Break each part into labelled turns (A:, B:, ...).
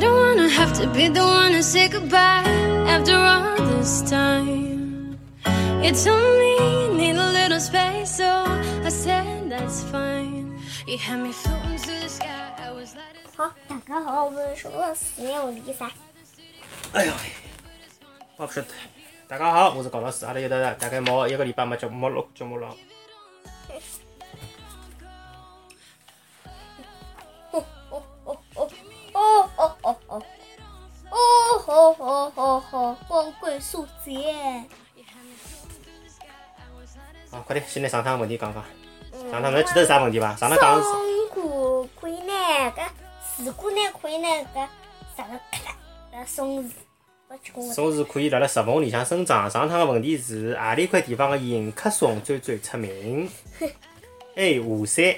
A: have to be the one to say goodbye after all this time. You told me you need a little space, so I said that's fine. You had me floating through the sky. I was light as
B: 好，大家好，我们是饿死没有离散。
C: 哎呦喂，我晓得。大家好，我是高老师，阿拉又到了大概毛一个礼拜没节目没录啊节目了。
B: 哦哦哦哦哦哦哦哦哦吼吼吼吼！光棍速节。
C: 啊，快点，先来上趟问题讲讲。上
B: 嗯，
C: 趟侬记得是啥问题伐？上趟讲是
B: 松果可以拿个，水果呢可以拿个啥个咔个松子，不穷的。
C: 松是可以辣辣石缝里向生长。上趟个问题是何里块地方个迎客松最最出名？A. 华山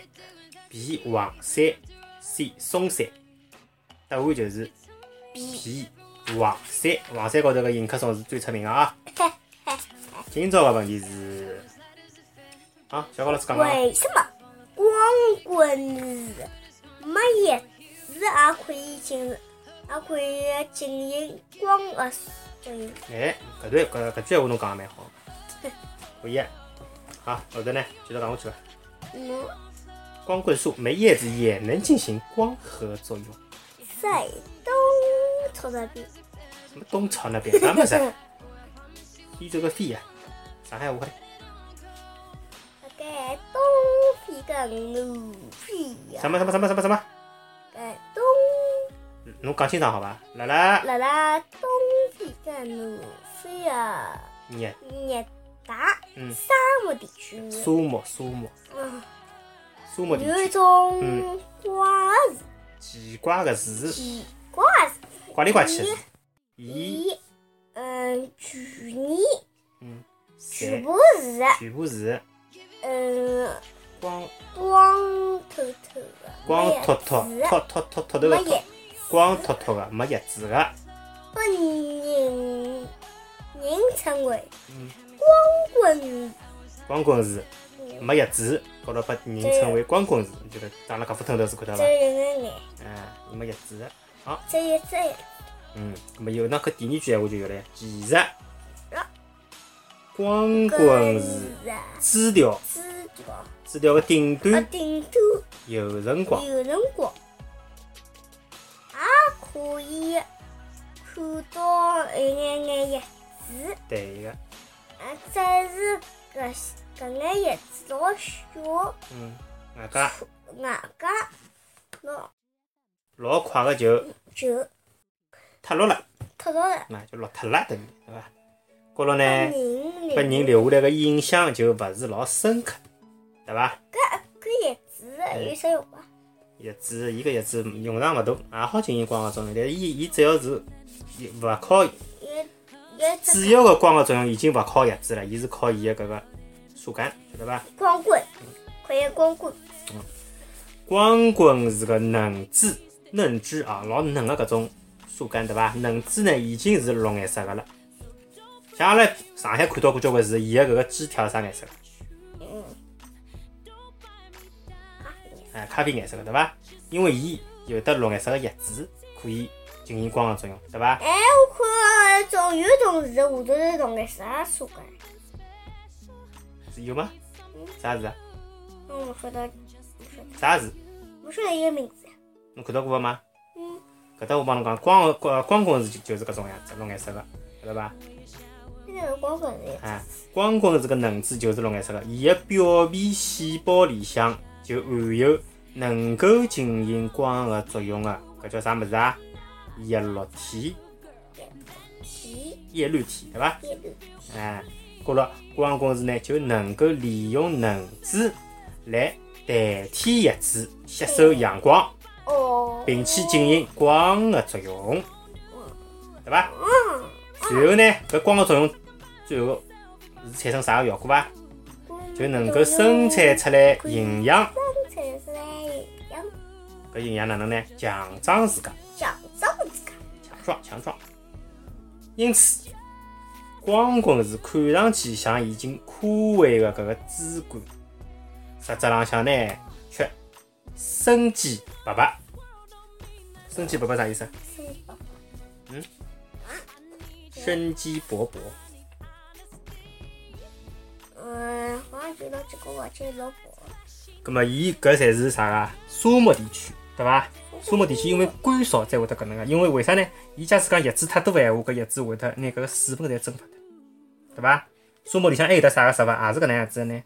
C: ，B. 黄山，C. 松山。答案就是 B. 黄山。黄山高头个迎客松是最出名个啊。今朝个问题是，啊，小高老师讲讲啊。
B: 为什么光棍日没叶子也可以进，也可以进行光合作用？
C: 哎，搿段搿搿句闲话侬讲得蛮好，可以啊。好，后头呢，继续讲下去伐。
B: 嗯，
C: 光棍树没叶子也能进行光合作用。
B: 在东草那边。
C: 什么东朝那边啥么子啊？非洲个非呀，上海话嘞。
B: 大概东边跟路边呀，
C: 什么什么什么什么什么？
B: 哎，东
C: 侬讲清爽好伐？辣辣
B: 辣辣东边跟路边呀，
C: 热
B: 热带
C: 嗯
B: 沙漠地区，
C: 沙漠沙漠
B: 嗯，
C: 沙漠地
B: 有一
C: 区，
B: 种
C: 嗯
B: 花是
C: 奇怪个树，
B: 奇怪是，
C: 怪里怪气的树。咦，
B: 伊嗯去年
C: 嗯，
B: 全
C: 全
B: 部是
C: 全部是
B: 嗯
C: 光
B: 光透透的，
C: 光
B: 没
C: 秃秃
B: 叶子
C: 秃秃秃秃头
B: 没
C: 个秃
B: 叶，
C: 光秃秃个没叶子个。
B: 不人人称为
C: 嗯，
B: 光棍
C: 光棍树
B: 日。
C: 没叶子，高头把人称为光棍树，就是长了搿副头头是看到伐
B: 这？人眼，
C: 嗯，没叶子个。好。
B: 这一只眼，
C: 嗯，那么有那个第二句闲话就有了呀。其实
B: 啊，
C: 光
B: 棍
C: 棍是
B: 子啊，
C: 枝条，
B: 枝条啊，
C: 枝条的顶端
B: 顶头
C: 有辰光，
B: 有辰光也可以看到一眼眼叶子，
C: 对个，
B: 啊，只是搿些搿眼叶子老小，
C: 嗯，外加
B: 外加老
C: 老快个就
B: 就
C: 脱落了，
B: 脱落了，
C: 那就落脱了等于，对伐？高头呢，
B: 把人
C: 拨人留下来个印象就勿是老深刻，对伐？
B: 搿搿叶子有啥用啊？
C: 叶子，伊个叶子用场勿大，啊也好进行光合作用，但是伊伊只要是勿靠
B: 有有
C: 主
B: 只
C: 要个光合作用已经勿靠叶子了，伊是靠伊个搿个树干，晓得伐？
B: 光棍，可以光棍。
C: 光棍是个嫩枝，嫩枝啊，老嫩个搿种树干对伐？嫩枝呢已经是绿颜色个了。像阿拉上海看到过交关树，伊个搿个枝条是啥颜色？
B: 嗯，
C: 哎，咖啡颜色个对伐？因为伊有得绿颜色个叶子，可以进行光合作用对伐？
B: 哎，我看种有种是下头是弄个啥树干，
C: 是有吗？啥树啊？
B: 嗯，我不晓得，不晓得，
C: 啥树？
B: 不晓得伊个名字。
C: 侬看到过伐吗？
B: 嗯，
C: 搿搭我帮侬讲，光光光棍是就是搿种样子，绿颜色个，晓得伐？
B: 那个是光棍的，
C: 啊，光棍是个能子就是绿颜色个，伊个表面细胞里向就含有能够进行光合作用个，搿叫啥物事啊？叶绿体，
B: 皮
C: 叶绿体，对伐？
B: 叶绿，
C: 哎、过了光棍子呢，就能够利用能子来代替叶子吸收阳光，
B: 哦，
C: 并且进行光合作用，对伐？
B: 嗯，
C: 随后呢，搿光合作用最后是产生啥个效果伐？就能够生产出来营养，
B: 生产出来一样
C: 搿营养哪能呢？强壮自家，
B: 长长子个，
C: 强壮强壮。因此，光棍是看上去像已经枯萎的搿个枝干，实质浪向呢却生机勃勃。生机勃勃啥意思啊？
B: 是吧？
C: 生机勃勃。
B: 嗯，好像就拿这个我这老婆，
C: 咁么，伊搿侪是啥个沙漠地区，对伐？沙漠地区因为干燥才会得搿能个，因为为啥呢？伊假使讲叶子太多个闲话，搿叶子会得拿搿个水分侪蒸发脱，对伐？沙漠里向还有得啥个食物啊也是搿能样子的呢？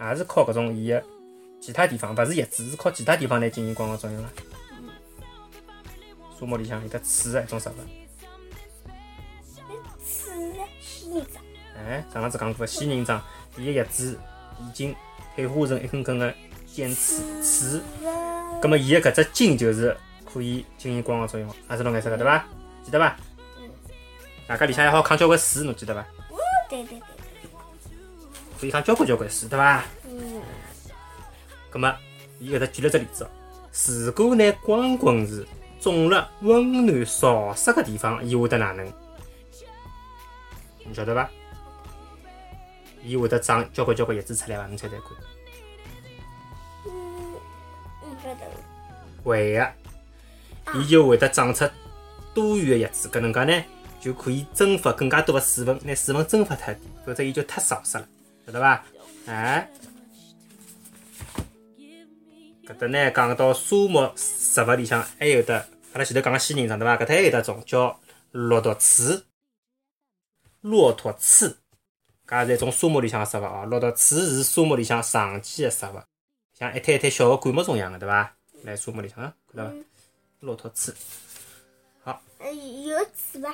C: 也是靠搿种伊个其他地方，勿是叶子，是靠其他地方来进行光合作用个。沙漠里向有得刺啊个一种食物，
B: 是仙人掌，
C: 哎，上趟子讲过仙人掌，伊个叶子已经退化成一根根个尖刺刺。
B: 是
C: 咁么伊个搿只茎就是可以进行光合作用，啊也是侬颜色个对伐？记得伐？大家里向还好抗交关水，侬记得伐？
B: 对对对，
C: 可以抗交关交关水，对伐？
B: 嗯，
C: 咁么伊搿搭举了只例子哦，如果拿光棍子种了温暖潮湿个地方，伊会得哪能？侬晓得伐？伊会得长交关交关叶子出来伐？侬猜猜看？
B: 嗯，晓得了，
C: 会个，伊就会得长出多余个叶子。搿能介呢，就可以蒸发更加多个水分，拿水分蒸发脱一点，否则伊就太潮湿了，晓得伐？哎，搿搭呢讲到沙漠食物里向还有得，阿拉前头讲个仙人掌对伐？搿搭还有得种叫骆驼刺，骆驼刺，搿也是一种沙漠里向个食物哦。骆驼刺是沙漠里向常见个食物。像一摊一摊小个灌木丛一样个，对伐？来沙漠里向，啊看到伐？骆驼刺
B: 呃，有刺吧？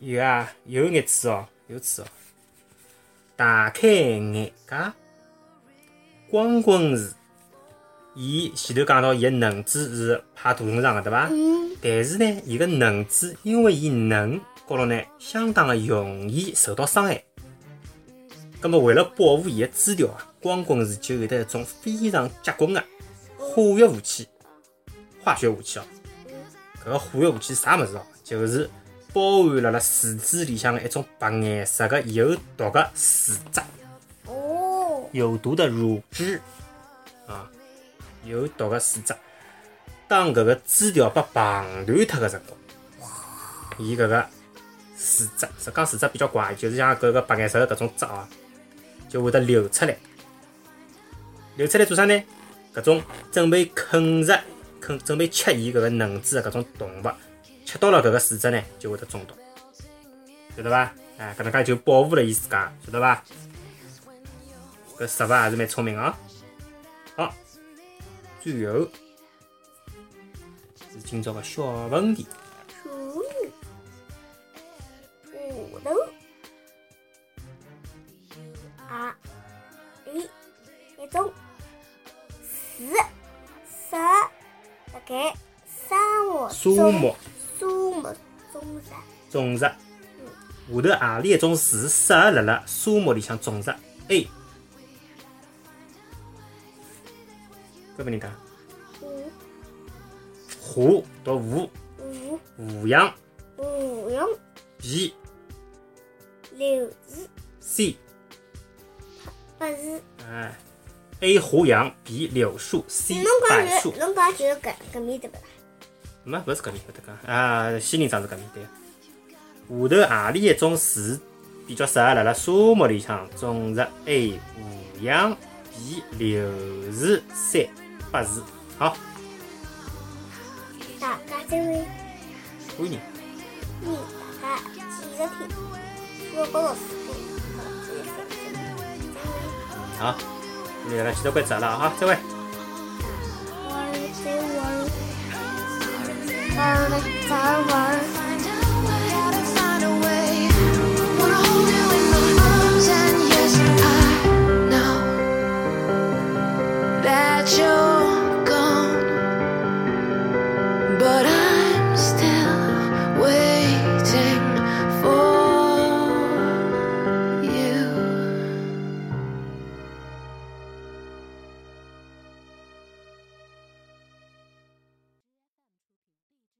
C: 有啊，有眼刺哦，有刺哦。大开眼界，光棍是，伊前头讲到伊个能子是派大熊上个，对伐？
B: 嗯，
C: 但是呢，伊个能子因为伊能高头呢，相当个容易受到伤害。咁么，为了保护伊个资料啊，光棍是就有得一种非常结棍个化学武器，化学武器哦。搿个化学武器是啥物事哦？就是包含辣辣树枝里向个一种白颜色个有毒个树脂，
B: 哦，
C: 有毒的乳汁啊，有毒个树脂。当搿个枝条被碰断脱个辰光，伊搿个树脂，实讲树脂比较怪，就是像搿个白颜色的搿种汁啊，就会得流出来。流出来做啥呢？搿种准备啃食、啃准备吃伊搿个能子的搿种动物，吃到了搿个树脂呢，就会得中毒，晓得伐？哎，搿能介就保护了伊自家，晓得伐？搿食物还是蛮聪明啊。好，最后。是今朝个小问题。
B: 土土豆，啊，一，一种，四，十，大概三我
C: 沙
B: 中，
C: 漠
B: 沙漠中啥？
C: 种植，下头何里一种树适合辣辣沙漠里向种植？A。搿拨你答。
B: 五
C: 湖读湖，
B: 五
C: 湖阳
B: 五羊
C: B
B: 六字
C: C
B: 八字。
C: 哎，A 湖阳 B 柳树 C
B: 侬讲
C: 柏
B: 是
C: 树，。
B: 侬讲就是搿搿面对勿啦？
C: 没，勿是搿面搿搭讲啊，仙人掌是搿面对。下头啊何里一种树比较适合辣辣沙漠里向种植？A. 哎胡杨 B. 柳树 C. 柏树。好，
B: 大家真为
C: 欢迎。
B: 你大家记得听，我跟老师讲，老师也讲。
C: 好，今天阿拉先到搿搭了啊，再会。
B: 玩儿，再玩儿，玩儿，再玩儿。